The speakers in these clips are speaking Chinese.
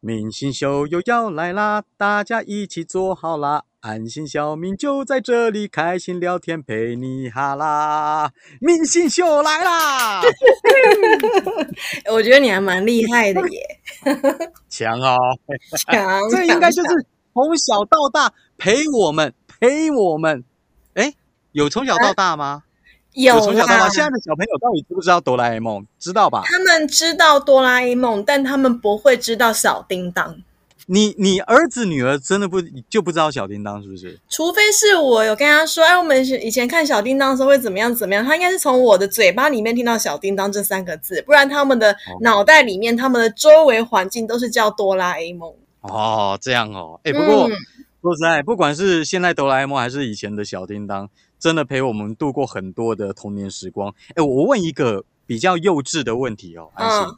明星秀又要来啦，大家一起坐好啦，安心小明就在这里，开心聊天陪你哈啦，明星秀来啦，我觉得你还蛮厉害的 耶，强哦！强！啊这应该就是从小到大陪我们陪我们，哎，有从小到大吗？哎有从小到啦大，。现在的小朋友到底知不知道哆啦 A 梦？知道吧？他们知道哆啦 A 梦，但他们不会知道小叮当，你你儿子女儿真的不就不知道小叮当是不是？除非是我有跟他说，哎，我们以前看小叮当的时候会怎么样怎么样，他应该是从我的嘴巴里面听到小叮当这三个字，不然他们的哦脑袋里面、他们的周围环境都是叫哆啦 A 梦。哦，这样哦，哎，不过、嗯说实在，不管是现在哆啦 A 梦还是以前的小叮当，真的陪我们度过很多的童年时光。哎，我问一个比较幼稚的问题哦，安心，嗯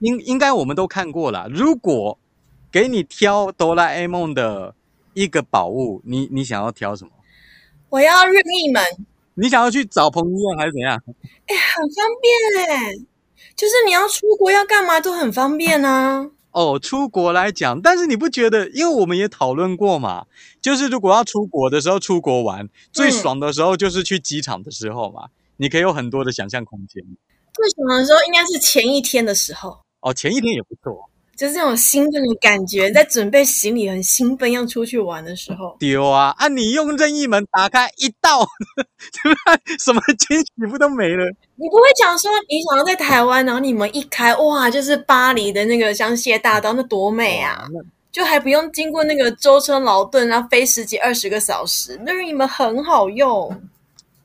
应应该我们都看过了。如果给你挑哆啦 A 梦的一个宝物，你你想要挑什么？我要任意门，你想要去找彭于晏还是怎样？很方便哎，就是你要出国要干嘛都很方便啊。哦，出国来讲，但是你不觉得？因为我们也讨论过嘛，就是如果要出国的时候，出国玩最嗯爽的时候就是去机场的时候嘛，你可以有很多的想象空间。最爽的时候应该是前一天的时候，哦，前一天也不错，就是那种兴奋的感觉，在准备行李很兴奋要出去玩的时候。丢啊啊！你用任意门打开一道， 什么惊喜不都没了？你不会讲说你想要在台湾，然后你们一开哇，就是巴黎的那个香榭大道，那多美啊！哇！就还不用经过那个舟车劳顿，然后飞十几二十个小时，那你们很好用。那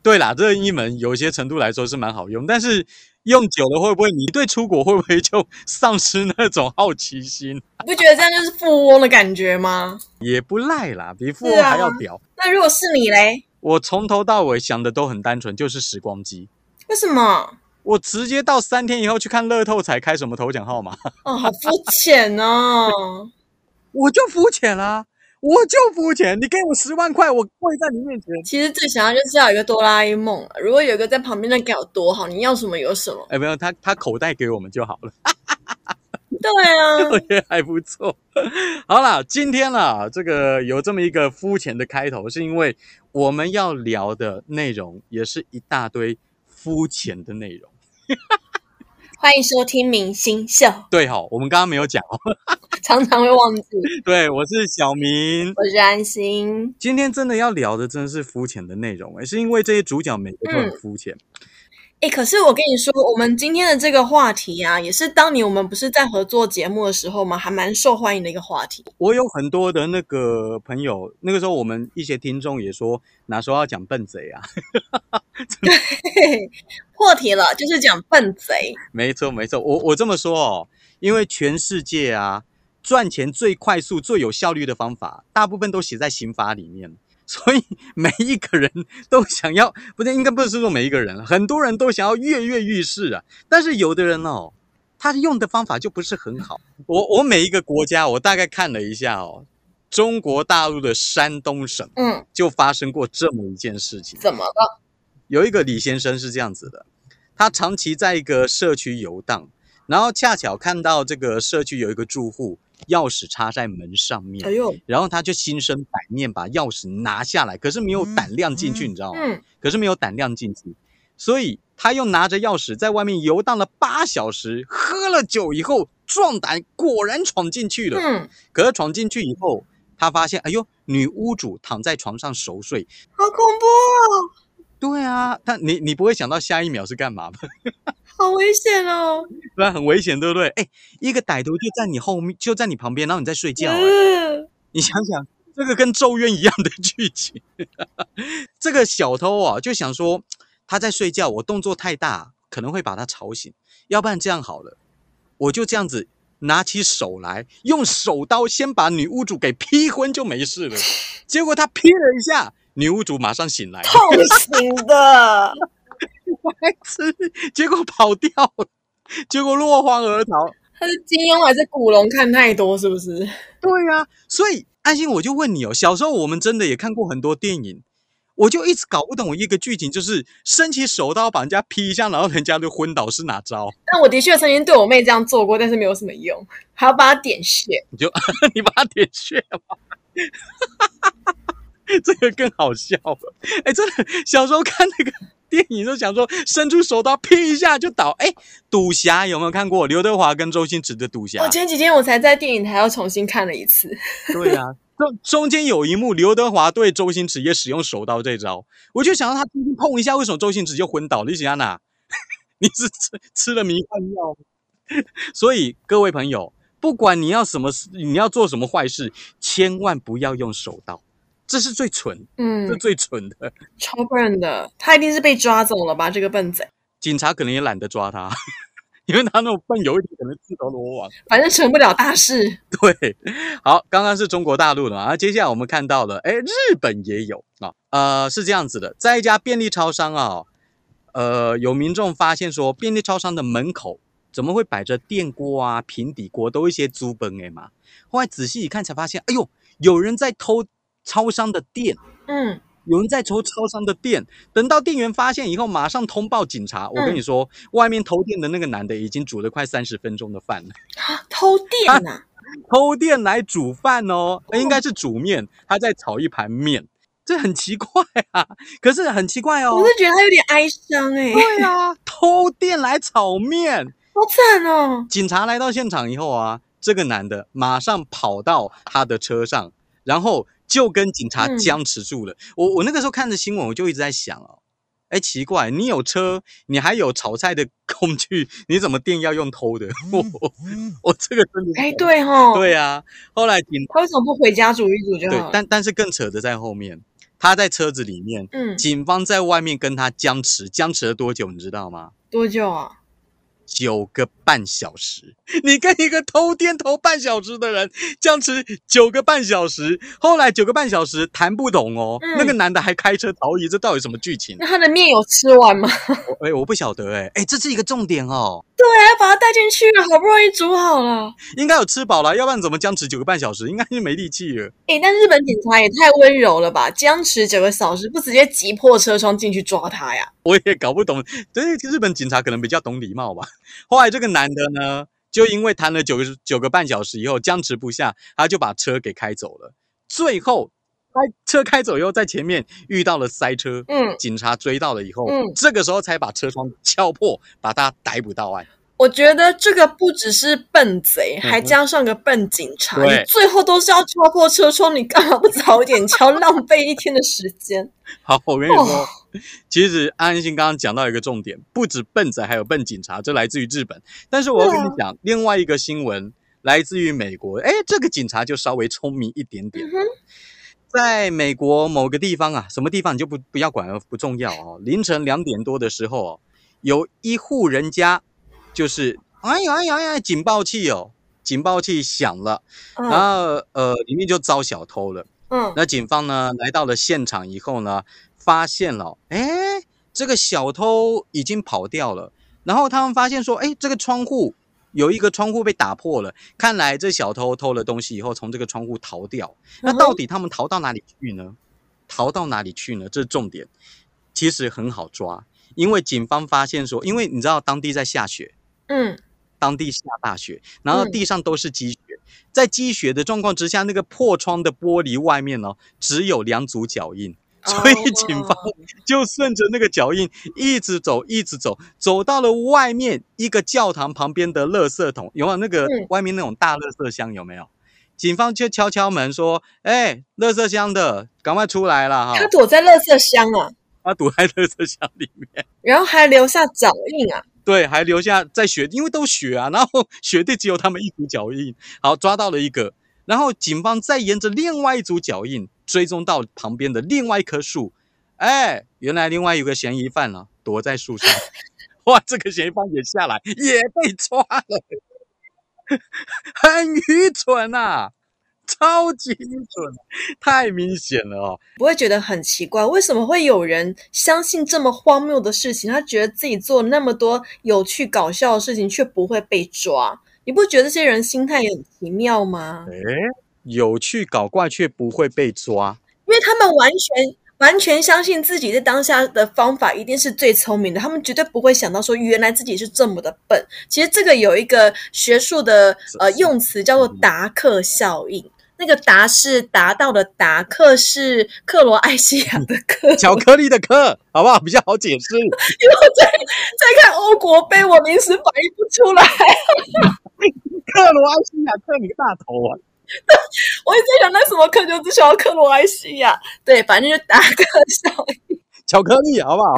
对啦，这一门有些程度来说是蛮好用，但是用久了会不会你对出国会不会就丧失那种好奇心？你不觉得这样就是富翁的感觉吗？也不赖啦，比富是翁还啊要屌。那如果是你嘞，我从头到尾想的都很单纯，就是时光机。为什么？我直接到三天以后去看乐透彩开什么头奖号码， 哦，好肤浅哦！我就肤浅啦，我就肤浅。你给我十万块，我跪在你面前。 其实最想要就是要有一个哆啦 A 梦啊，如果有一个在旁边，那该有多好！你要什么有什么。哎，没有，他他口袋给我们就好了， 对啊，我觉得还不错。 好啦，今天啦，这个有这么一个肤浅的开头，是因为我们要聊的内容也是一大堆肤浅的内容。欢迎收听《明星秀》， 对哈、我们刚刚没有讲哦。 常常会忘记。对，我是小明，我是安心，今天真的要聊的真的是肤浅的内容、哎诶，是因为这些主角每个都很肤浅。哎，可是我跟你说，我们今天的这个话题啊，也是当年我们不是在合作节目的时候嘛，还蛮受欢迎的一个话题。 我有很多的那个朋友，那个时候我们一些听众也说，哪时候要讲笨贼啊？破题了，就是讲笨贼。没错，没错，我我这么说哦，因为全世界啊，赚钱最快速、最有效率的方法，大部分都写在刑法里面。所以每一个人都想要，不对，应该不是说每一个人，很多人都想要跃跃欲试啊。但是有的人哦，他用的方法就不是很好。我我每一个国家，我大概看了一下哦，中国大陆的山东省嗯，就发生过这么一件事情。怎么了？有一个李先生是这样子的，他长期在一个社区游荡，然后恰巧看到这个社区有一个住户钥匙插在门上哎面，呦，然后他就心生歹念，把钥匙拿下来，可是没有胆量进去，你知道吗？嗯，可是没有胆量进去，所以他又拿着钥匙在外面游荡了八小时，喝了酒以后壮胆，果然闯进去了。嗯，可是闯进去以后，他发现，哎呦，女屋主躺在床上熟睡，好恐怖哦，对啊，但你你不会想到下一秒是干嘛吧？好危险哦。不然很危险，对不对？哎，一个歹徒就在你后面，就在你旁边，然后你在睡觉、哎嗯你想想，这个跟《咒怨》一样的剧情。 这个小偷啊，就想说他在睡觉，我动作太大可能会把他吵醒，要不然这样好了，我就这样子拿起手来，用手刀先把女屋主给劈昏就没事了。 结果他劈了一下，女屋主马上醒来了。痛醒的，吃， 结果跑掉了，结果落荒而逃。 他是金庸还是古龙看太多是不是？啊对呀、所以安心，我就问你哦，小时候我们真的也看过很多电影，我就一直搞不懂，我一个剧情就是伸起手刀把人家劈一下，然后人家就昏倒，是哪招？ 但我的确曾经对我妹这样做过，但是没有什么用，还要把她点穴。你就你把它点穴吧， 这个更好笑了。哎，真的，小时候看那个电影都想说，伸出手刀劈一下就倒。哎，赌侠有没有看过？刘德华跟周星驰的赌侠我。哦前几天我才在电影台又重新看了一次， 对啊，中中间有一幕刘德华对周星驰也使用手刀这招，我就想到他轻轻碰一下，为什么周星驰就昏倒了？你想哪？ 你是吃吃了迷幻药吗？ 所以各位朋友，不管你要什么事，你要做什么坏事，千万不要用手刀，这是最蠢，这是嗯，最蠢的。超笨的，他一定是被抓走了吧？这个笨贼，警察可能也懒得抓他， 因为他那种笨，有一天可能自投罗网。反正成不了大事。对，好，刚刚是中国大陆的嘛，啊，接下来我们看到了，哎，日本也有啊，呃，是这样子的，在一家便利超商啊，呃，有民众发现说，便利超商的门口怎么会摆着电锅啊、平底锅，都一些租本哎嘛，后来仔细一看才发现，哎呦，有人在偷超商的电。嗯，有人在偷超商的电，等到店员发现以后，马上通报警察。我跟你说，外面偷电的那个男的已经煮了快三十分钟的饭了。啊偷电呐、偷电来煮饭哦，呃应该是煮面，他在炒一盘面，这很奇怪啊。可是很奇怪哦啊我，是觉得他有点哀伤哎、对啊， 偷电来炒面。好惨哦。警察来到现场以后啊，这个男的马上跑到他的车上，然后就跟警察嗯僵持住了。我我那个时候看着新闻，我就一直在想哦。哎，奇怪，你有车，你还有炒菜的工具， 你怎么电要用偷的？ 我我我这个真的哎，对哈、对啊。后来警他为什么不回家煮一煮就对好，了？但但是更扯的在后面，他在车子里面，嗯，警方在外面跟他僵持，僵持了多久你知道吗？多久啊？九个半小时， 你跟一个偷电偷半小时的人僵持九个半小时，后来九个半小时谈不懂哦，那嗯个男的还开车逃逸，这到底什么剧情？ 那他的面有吃完吗？ 我哎、我不晓得哎、哎、这是一个重点哦，还啊要把他带进去了，好不容易煮好了。应该有吃饱了，要不然怎么僵持九个半小时？应该是没力气了。哎，但日本警察也太温柔了吧？僵持九个小时，不直接急破车窗进去抓他呀？我也搞不懂，对日本警察可能比较懂礼貌吧。后来这个男的呢，就因为谈了九个九个半小时以后僵持不下，他就把车给开走了。最后开车开走以后，在前面遇到了塞车，嗯，警察追到了以后，嗯这个时候才把车窗敲破，把他逮捕到案。我觉得这个不只是笨贼，还嗯哼加上个笨警察，对你最后都是要敲破车窗，你干嘛不早一点敲？浪费一天的时间。好，我跟你说，哦 其实安欣刚刚讲到一个重点，不止笨仔，还有笨警察，这来自于日本。但是我要跟你对啊讲，另外一个新闻来自于美国，哎，这个警察就稍微聪明一点点。嗯在美国某个地方啊，什么地方你就不不要管了，不重要哦。凌晨两点多的时候哦，有一户人家，就是哎呀哎呀哎呀，警报器哦，警报器响了，嗯、然后呃，里面就遭小偷了。嗯，那警方呢来到了现场以后呢，发现了，哎，这个小偷已经跑掉了。然后他们发现说，哎，这个窗户有一个窗户被打破了，看来这小偷偷了东西以后从这个窗户逃掉。那嗯哼到底他们逃到哪里去呢？逃到哪里去呢？这是重点。其实很好抓，因为警方发现说，因为你知道当地在下雪，嗯，当地下大雪，然后嗯地上都是积雪，在积雪的状况之下，那个破窗的玻璃外面哦，只有两组脚印，所以哦警方就顺着那个脚印一直走，一直走，走到了外面一个教堂旁边的垃圾桶，有没有那个嗯外面那种大垃圾箱？有没有？警方就敲敲门说：“哎，垃圾箱的，赶快出来了哈他！”躲在垃圾箱啊，他躲在垃圾箱里面。然后还留下脚印啊。对，还留下在雪，因为都雪啊，然后 雪地只有他们一组脚印。好，抓到了一个，然后警方再沿着另外一组脚印追踪到旁边的另外一棵树，哎，原来另外有个嫌疑犯啊，躲在树上。哇，这个嫌疑犯也下来，也被抓了，很愚蠢啊，超级愚蠢，太明显了哦。不会觉得很奇怪，为什么会有人相信这么荒谬的事情？他觉得自己做了那么多有趣搞笑的事情，却不会被抓。你不觉得这些人心态也很奇妙吗？哎，有趣搞怪却不会被抓，因为他们完全完全相信自己在当下的方法一定是最聪明的，他们绝对不会想到说原来自己是这么的笨。其实这个有一个学术的呃用词叫做达克效应。那个达是达到的达，克是克罗埃西亚的克， 巧克力的克，好不好？比较好解释。因为我在在看欧国杯，我临时反应不出来。 克罗埃西亚克你个大头啊！我一直在想那什么克，就只想到克罗埃西亚。对，反正就达克效应，巧克力好不好？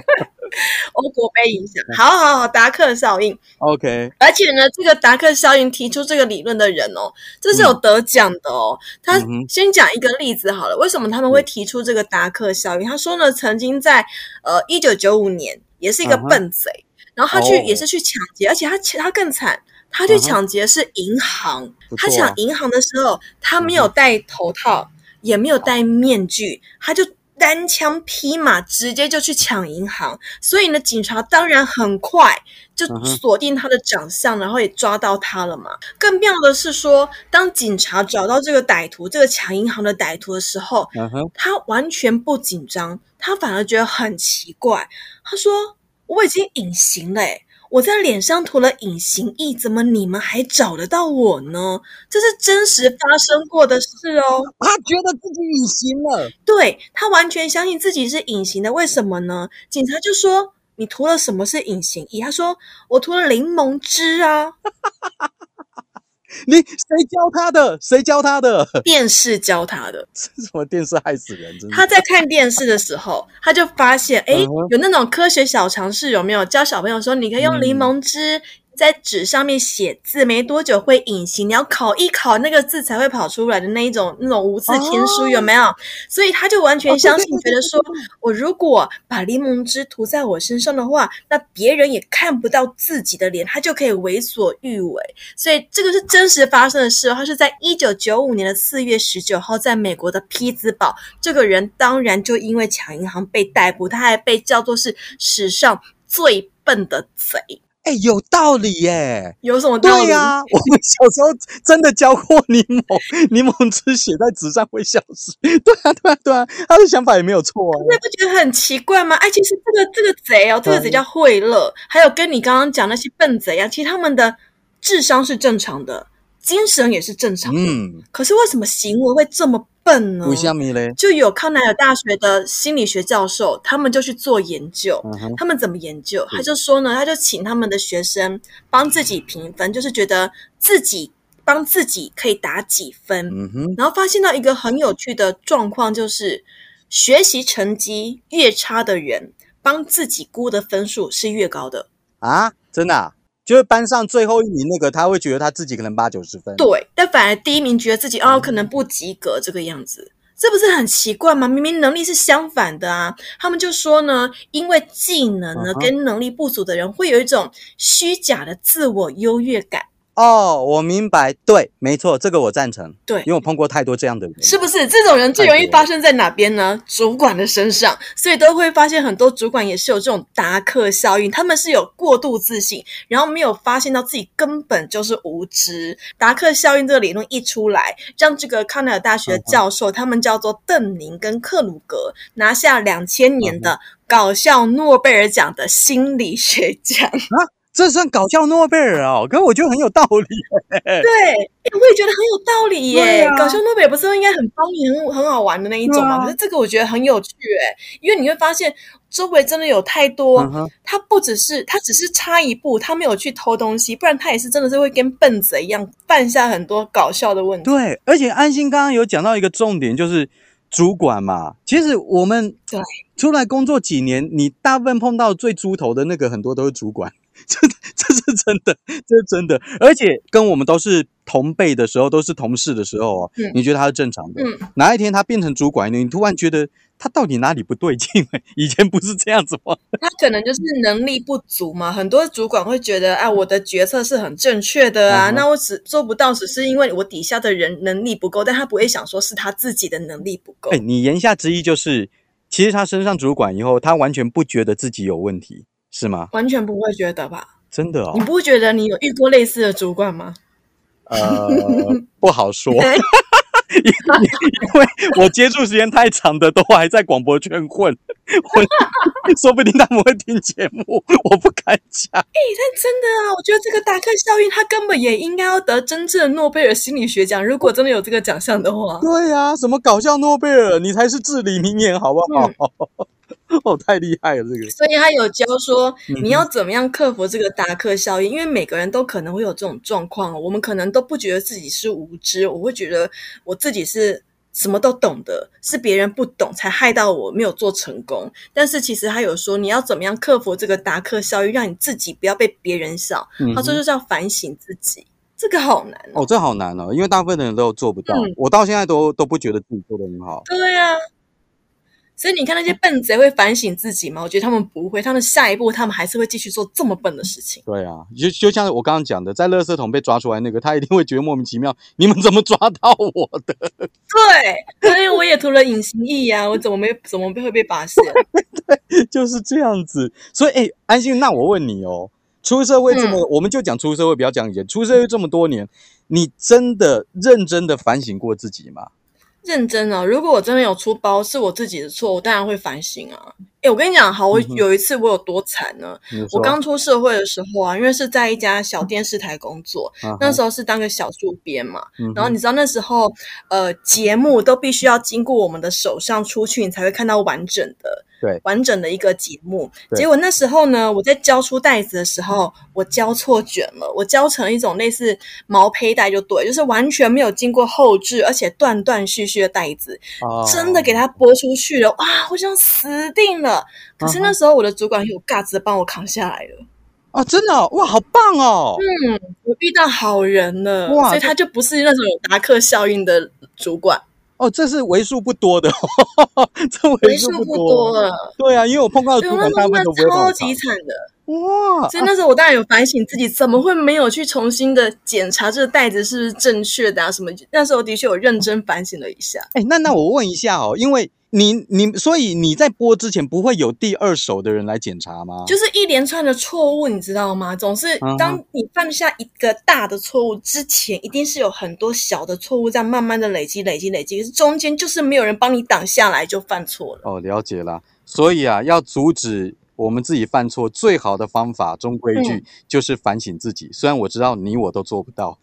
欧国杯影响。好好好，达克效应。 OK，而且呢，这个达克效应提出这个理论的人哦，这是有得奖的哦。他嗯哼先讲一个例子好了，为什么他们会提出这个达克效应？他说呢，曾经在呃一九九五年，也是一个嗯哼笨贼，然后他去、哦也是去抢劫，而且他其他更惨。他去嗯哼抢劫是银行，不他错啊嗯抢银行的时候，他没有戴头套，也没有戴面具，他就单枪匹马直接就去抢银行。所以呢，警察当然很快就嗯哼锁定他的长相，然后也抓到他了嘛。更妙的是说，当警察找到这个歹徒，这个抢银行的歹徒的时候，嗯哼，他完全不紧张，他反而觉得很奇怪。他说：“我已经隐形了、欸，我在脸上涂了隐形液，怎么你们还找得到我呢？这是真实发生过的事哦。”他觉得自己隐形了。对他完全相信自己是隐形的，为什么呢？警察就说你涂了什么是隐形液？他说我涂了柠檬汁啊，你谁教他的？谁教他的？ 电视教他的。这什么电视害死人？真的他在看电视的时候，他就发现，哎嗯哼，有那种科学小常识，有没有教小朋友说，你可以用柠檬汁在纸上面写字，没多久会隐形，你要烤一烤那个字才会跑出来的那一种那种无字天书，哦有没有？所以他就完全相信哦，觉对对对得说，我如果把柠檬汁涂在我身上的话，那别人也看不到自己的脸，他就可以为所欲为。所以这个是真实发生的事哦，它是在一九九五年的四月十九号，在美国的匹兹堡，这个人当然就因为抢银行被逮捕，他还被叫做是史上最笨的贼，哎、有道理耶、有什么道对啊理？呀、我们小时候真的教过柠 檬，柠檬汁写在纸上会消失。 对啊，对啊，对啊，他的想法也没有错啊。那不觉得很奇怪吗？哎，其实这个这个贼哦，这个贼叫惠勒，还有跟你刚刚讲那些笨贼啊，其实他们的智商是正常的，精神也是嗯正常的，嗯，可是为什么行为会这么笨呢？五香米嘞，就有康奈尔大学的心理学教授，他们就去做研究。嗯哼，他们怎么研究？是他就说呢，他就请他们的学生帮自己评分，就是觉得自己帮自己可以打几分。嗯哼，然后发现到一个很有趣的状况，就是学习成绩越差的人，帮自己估的分数是越高的。啊，真的、啊，就是班上最后一名那个，他会觉得他自己可能八九十分。对，但反而第一名觉得自己哦可能不及格这个样子，这不是很奇怪吗？明明能力是相反的啊！他们就说呢，因为技能呢嗯哼跟能力不足的人会有一种虚假的自我优越感，哦，我明白，对，没错，这个我赞成，对因为我碰过太多这样的人。是不是？这种人最容太易多了发生在哪边呢？主管的身上，所以都会发现很多主管也是有这种达克效应，他们是有过度自信，然后没有发现到自己根本就是无知。达克效应这个理论一出来，让这个康奈尔大嗯学的教授，他们叫做邓宁跟克鲁格，拿下两千年嗯的搞笑诺贝尔奖的心理学奖。这算搞笑诺贝尔哦，可我觉得很有道理。对，诶我也觉得很有道理对耶。啊搞笑诺贝尔不是应该很方便、很很好玩的那一种吗？对啊可是这个我觉得很有趣哎，因为你会发现周围真的有太多，嗯哼，他不只是他只是差一步，他没有去偷东西，不然他也是真的是会跟笨贼一样犯下很多搞笑的问题。对，而且安心刚刚有讲到一个重点，就是主管嘛。其实我们对出来工作几年，你大部分碰到最猪头的那个，很多都是主管， 这这是真的，这是真的。而且跟我们都是同辈的时候，都是同事的时候哦，嗯你觉得他是正常的？嗯哪一天他变成主管呢？你突然觉得他到底哪里不对劲？ 以前不是这样子吗？他可能就是能力不足嘛，很多主管会觉得，哎，我的决策是很正确的嗯啊，哼那我只做不到，只是因为我底下的人能力不够，但他不会想说是他自己的能力不够。哎、你言下之意就是，其实他升上主管以后，他完全不觉得自己有问题，是吗？完全不会觉得吧？真的哦你，不会觉得你有遇过类似的主管吗？ 呃，不好说。因因为 我接触时间太长的都还在广播圈混， 我说不定他们会听节目，我不敢讲。但真的啊，我觉得这个达克效应，它根本也应该要得真正的诺贝尔心理学奖。如果真的有这个奖项的话， 对呀、什么搞笑诺贝尔，你才是至理名言，好不好？嗯 哦，太厉害了，这个所以他有教说嗯哼你要怎么样克服这个达克效应，因为每个人都可能会有这种状况哦，我们可能都不觉得自己是无知，我会觉得我自己是。什么都懂的，是别人不懂才害到我没有做成功。但是其实他有说，你要怎么样克服这个达克效应，让你自己不要被别人笑。嗯他说哼就是要反省自己，这个好难哦。哦，这好难哦，因为大部分的人都做不到，嗯我到现在都都不觉得自己做的很好。对啊，所以你看那些笨贼会反省自己吗？我觉得他们不会，他们下一步他们还是会继续做这么笨的事 情。对啊，就就像我刚刚讲的，在垃圾桶被抓出来那个，他一定会觉得莫名其妙，你们怎么抓到我的？对， 所以我也涂了隐形液呀、我怎么没怎么会被发现？ 就是这样子。所以，哎、安心，那我问你哦，出社会这么，嗯我们就讲出社会，不要讲以前。出社会这么多年，你真的认真的反省过自己吗？认真哦，如果我真的有出包是我自己的错，我当然会反省啊。哎，我跟你讲，好，我嗯哼有一次我有多惨呢？你我说嗯刚出社会的时候啊，因为是在一家小电视台工作，嗯那时候是当个小助编嘛，候然后你知道那时候，呃，节目都必须要经过我们的手上出去，你才会看到完整的，对完整的一个节目。对结果那时候呢，我在交出袋子的时候，我交错卷了，我交成一种类似毛坯袋，就对，就是完全没有经过后置，而且断断续续的袋子，哦啊真的给他它播出去了，哇，我想死定嗯了。可是那时候我的主管有尬子帮我扛下来了，啊，真的哦、哇，好棒哦！嗯我遇到好人了，哇所以他就不是那种有达克效应的主管。哦，这是为数不多的，哦 这为为数数不多。多了，对啊，因为我碰到的对，主我管那时大候部分都不真会的帮超我级扛惨的，哇，所以那时候我当然有反省自己，怎么会没有去重新的检查这个袋子是不是正确的啊？什么？那时候的确有认真反省了一下，哎，那那我问一下哦，因为你你所以你在播之前不会有第二手的人来检查吗？就是一连串的错误，你知道吗？总是嗯哼当你犯下一个大的错误之前，一定是有很多小的错误在慢慢的累积、累积、累积，可是中间就是没有人帮你挡下来，就犯错了。哦，了解啦。所以啊，要阻止我们自己犯错，最好的方法，终归一嗯句、就是反省自己。虽然我知道你我都做不到，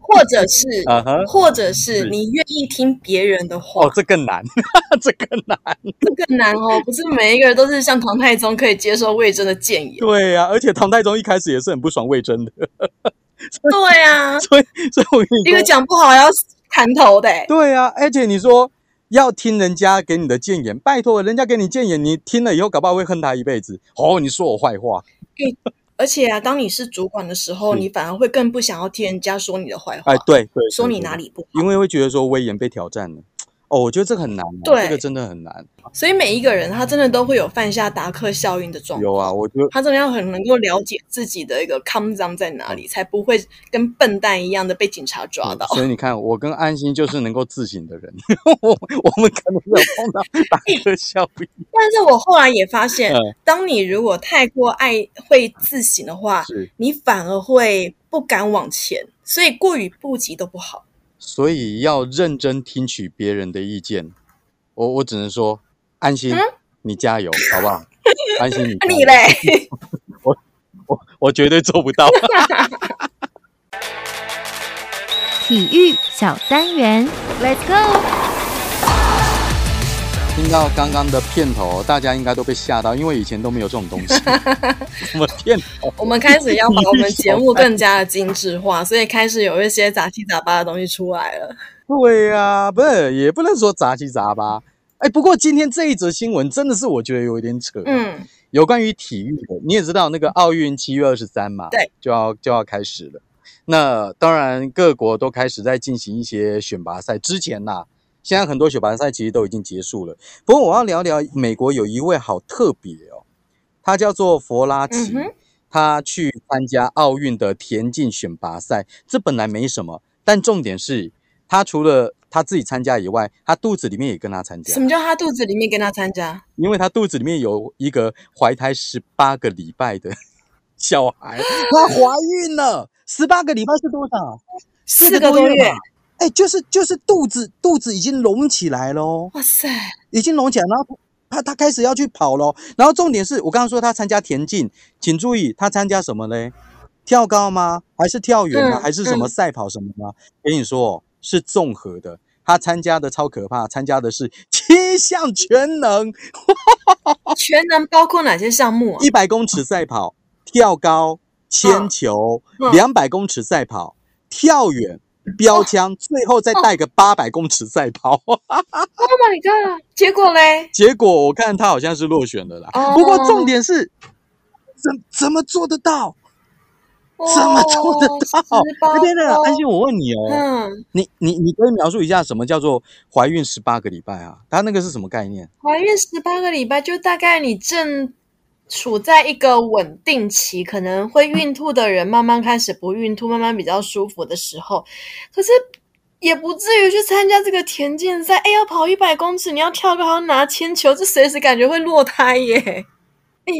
或者是， 啊哈，或者是是你愿意听别人的话哦，，这更难， 这更难。更难哦，不是每一个人都是像唐太宗可以接受魏征的谏言。对呀、啊，而且唐太宗一开始也是很不爽魏征的， 对啊，所以所以我跟你一说个，讲不好还要砍头的、欸，对呀、啊，而且你说。要听人家给你的谏言，拜托，人家给你谏言，你听了以后，搞不好会恨他一辈子。哦，你说我坏话，而且啊，当你是主管的时候，嗯你反而会更不想要听人家说你的坏话，哎，对对，说你对哪，里不对因为会觉得说威严被挑战了。哦，我觉得这个很难、啊，对这个真的很难。好。所以每一个人他真的都会有犯下达克效应的状有况。啊，我觉得他真的要很能够了解自己的一个康脏在哪里，才不会跟笨蛋一样的被警察抓嗯到。所以你看，我跟安心就是能够自省的人， 我我们可能有碰到 达克效应。但是我后来也发现嗯，当你如果太过爱会自省的话，是，你反而会不敢往前，所以过于不及都不好。所以要认真听取别人的意见。我我只能说，安心，你加油，好不好？安心你，那、嗯 啊你，嘞？我我绝对做不到。 体育小单元，Let's go！听到刚刚的片头，大家应该都被吓到，因为以前都没有这种东西。 什么片头？ 我们开始要把我们节目更加的精致化，所以开始有一些杂七杂八的东西出来了。对呀、不是也不能说杂七杂八。哎，不过今天这一则新闻真的是我觉得有一点扯。。嗯，有关于体育的，你也知道那个奥运七月二十三嘛，对，就要就要开始了。那当然，各国都开始在进行一些选拔赛。之前呐、现在很多选拔赛其实都已经结束了。不过我要聊聊美国有一位好特别哦，他叫做弗拉奇，嗯哼他去参加奥运的田径选拔赛。这本来没什么，但重点是他除了他自己参加以外，他肚子里面也跟他参加什。么叫他肚子里面跟他参加？因为他肚子里面有一个怀胎十八个礼拜的 小孩，她怀孕了，十八个礼拜是多少？四个多月月嘛。哎、哎，就是就是肚子肚子已经隆起来喽，哇塞，已经隆起来，然后他他开始要去跑喽。然后重点是我刚刚说他参加田径，请注意他参加什么嘞？跳高吗？还是跳远吗？嗯还是什么嗯赛跑什么吗？跟你说，哦，是综合的。他参加的超可怕，参加的是七项全能，哦全能包括哪些项目啊一？百公尺赛跑、跳高、铅球嗯，两百、公尺赛跑、跳远、标枪，最后再带个八百公尺赛跑。 Oh my god！结果嘞？结果我看他好像是落选的啦。哦不过重点是，怎怎么做得到？怎么做得到？哦哎对对，安心， 18我问你哦，嗯，你你你可以描述一下什么叫做怀孕十八个礼拜啊？他那个是什么概念？怀孕十八个礼拜，就大概你正处在一个稳定期，可能会孕吐的人慢慢开始不孕吐，慢慢比较舒服的时候，可是。也不至于去参加这个田径赛，哎，要跑一百公尺，你要跳高，还要拿铅球，这随时感觉会落胎耶！哎，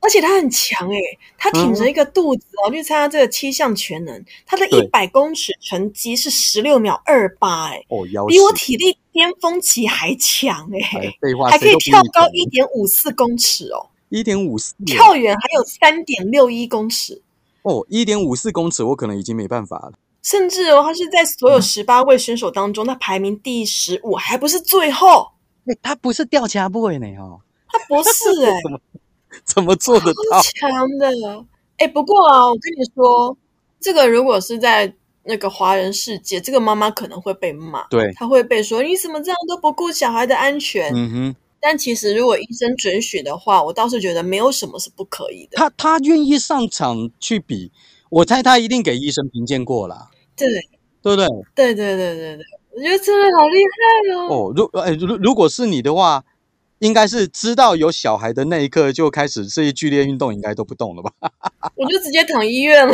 而且他很强哎，他嗯挺着一个肚子哦、去参加这个七项全能，他的一对百公尺成绩是十六秒二八哎，哦，腰比我细体力巅峰期还强哎、哎废话，还可以跳高一一点五四公尺哦，一点五四跳远还有三点六一公尺，哦，一点五四公尺，我可能已经没办法了。甚至哦，他是在所嗯有十八位选手当中，他排名第十五，还不是最后，哎他不是吊卡 boy 呢哦，他不 是哎、怎么做得到超？强的。哎、不过啊，我跟你说，这个如果是在那个华人世界，这个妈妈可能会被骂，对，她会被说你怎么这样都不顾小孩的安全。嗯哼，但其实如果医生准许的话，我倒是觉得没有什么是不可以的。他他愿意上场去比，我猜他一定给医生评鉴过啦，对对不对？对对对对对，我觉得真的好厉害哦！哦，如哎如如果是你的话，应该是知道有小孩的那一刻就开始这些剧烈运动应该都不动了吧？ 我就直接躺医院了，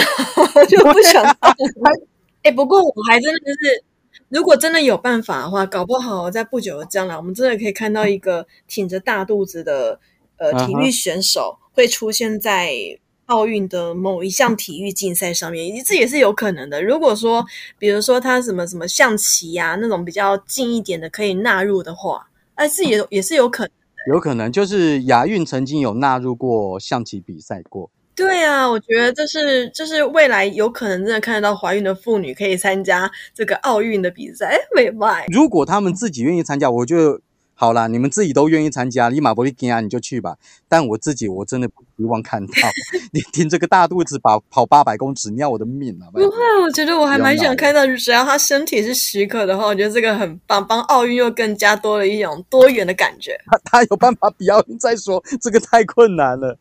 就不想啊动了。哎、不过我还真的就是，如果真的有办法的话，搞不好在不久的将来，我们真的可以看到一个挺着大肚子的呃嗯哼体育选手会出现在。奥运的某一项体育竞赛上面，这也是有可能的。如果说，比如说他什么什么象棋呀、那种比较近一点的可以纳入的话，哎，是也也是有可能。有可能就是亚运曾经有纳入过象棋比赛过，对啊，我觉得这是就是未来有可能真的看得到怀孕的妇女可以参加这个奥运的比赛，哎，没卖。如果他们自己愿意参加，我就好啦，你们自己都愿意参加，你马伯利金啊，你就去吧。但我自己我真的不希望看到 你挺这个大肚子跑跑八百公尺，你要我的命啊！拜不托会，我觉得我还蛮想看到，只要她身体是许可的话，我觉得这个很棒，帮奥运又更加多了一种多元的感 觉，他他有办法比奥运再说，这个太困难了。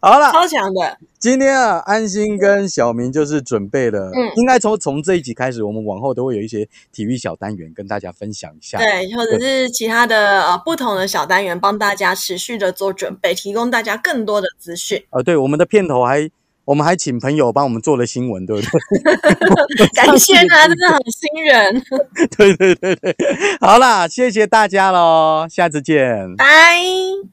好了，超强的。今天啊，安心跟小明就是准备了，嗯应该从从这一集开始，我们往后都会有一些体育小单元跟大家分享一下。对，或者是其他的呃不同的小单元，帮大家持续的做准备，提供大家更多的资讯。 呃，对，我们的片头还我们还请朋友帮我们做了新闻，对不对？感谢他，真的好新人， 对对对对，好啦，谢谢大家喽，下次见。拜。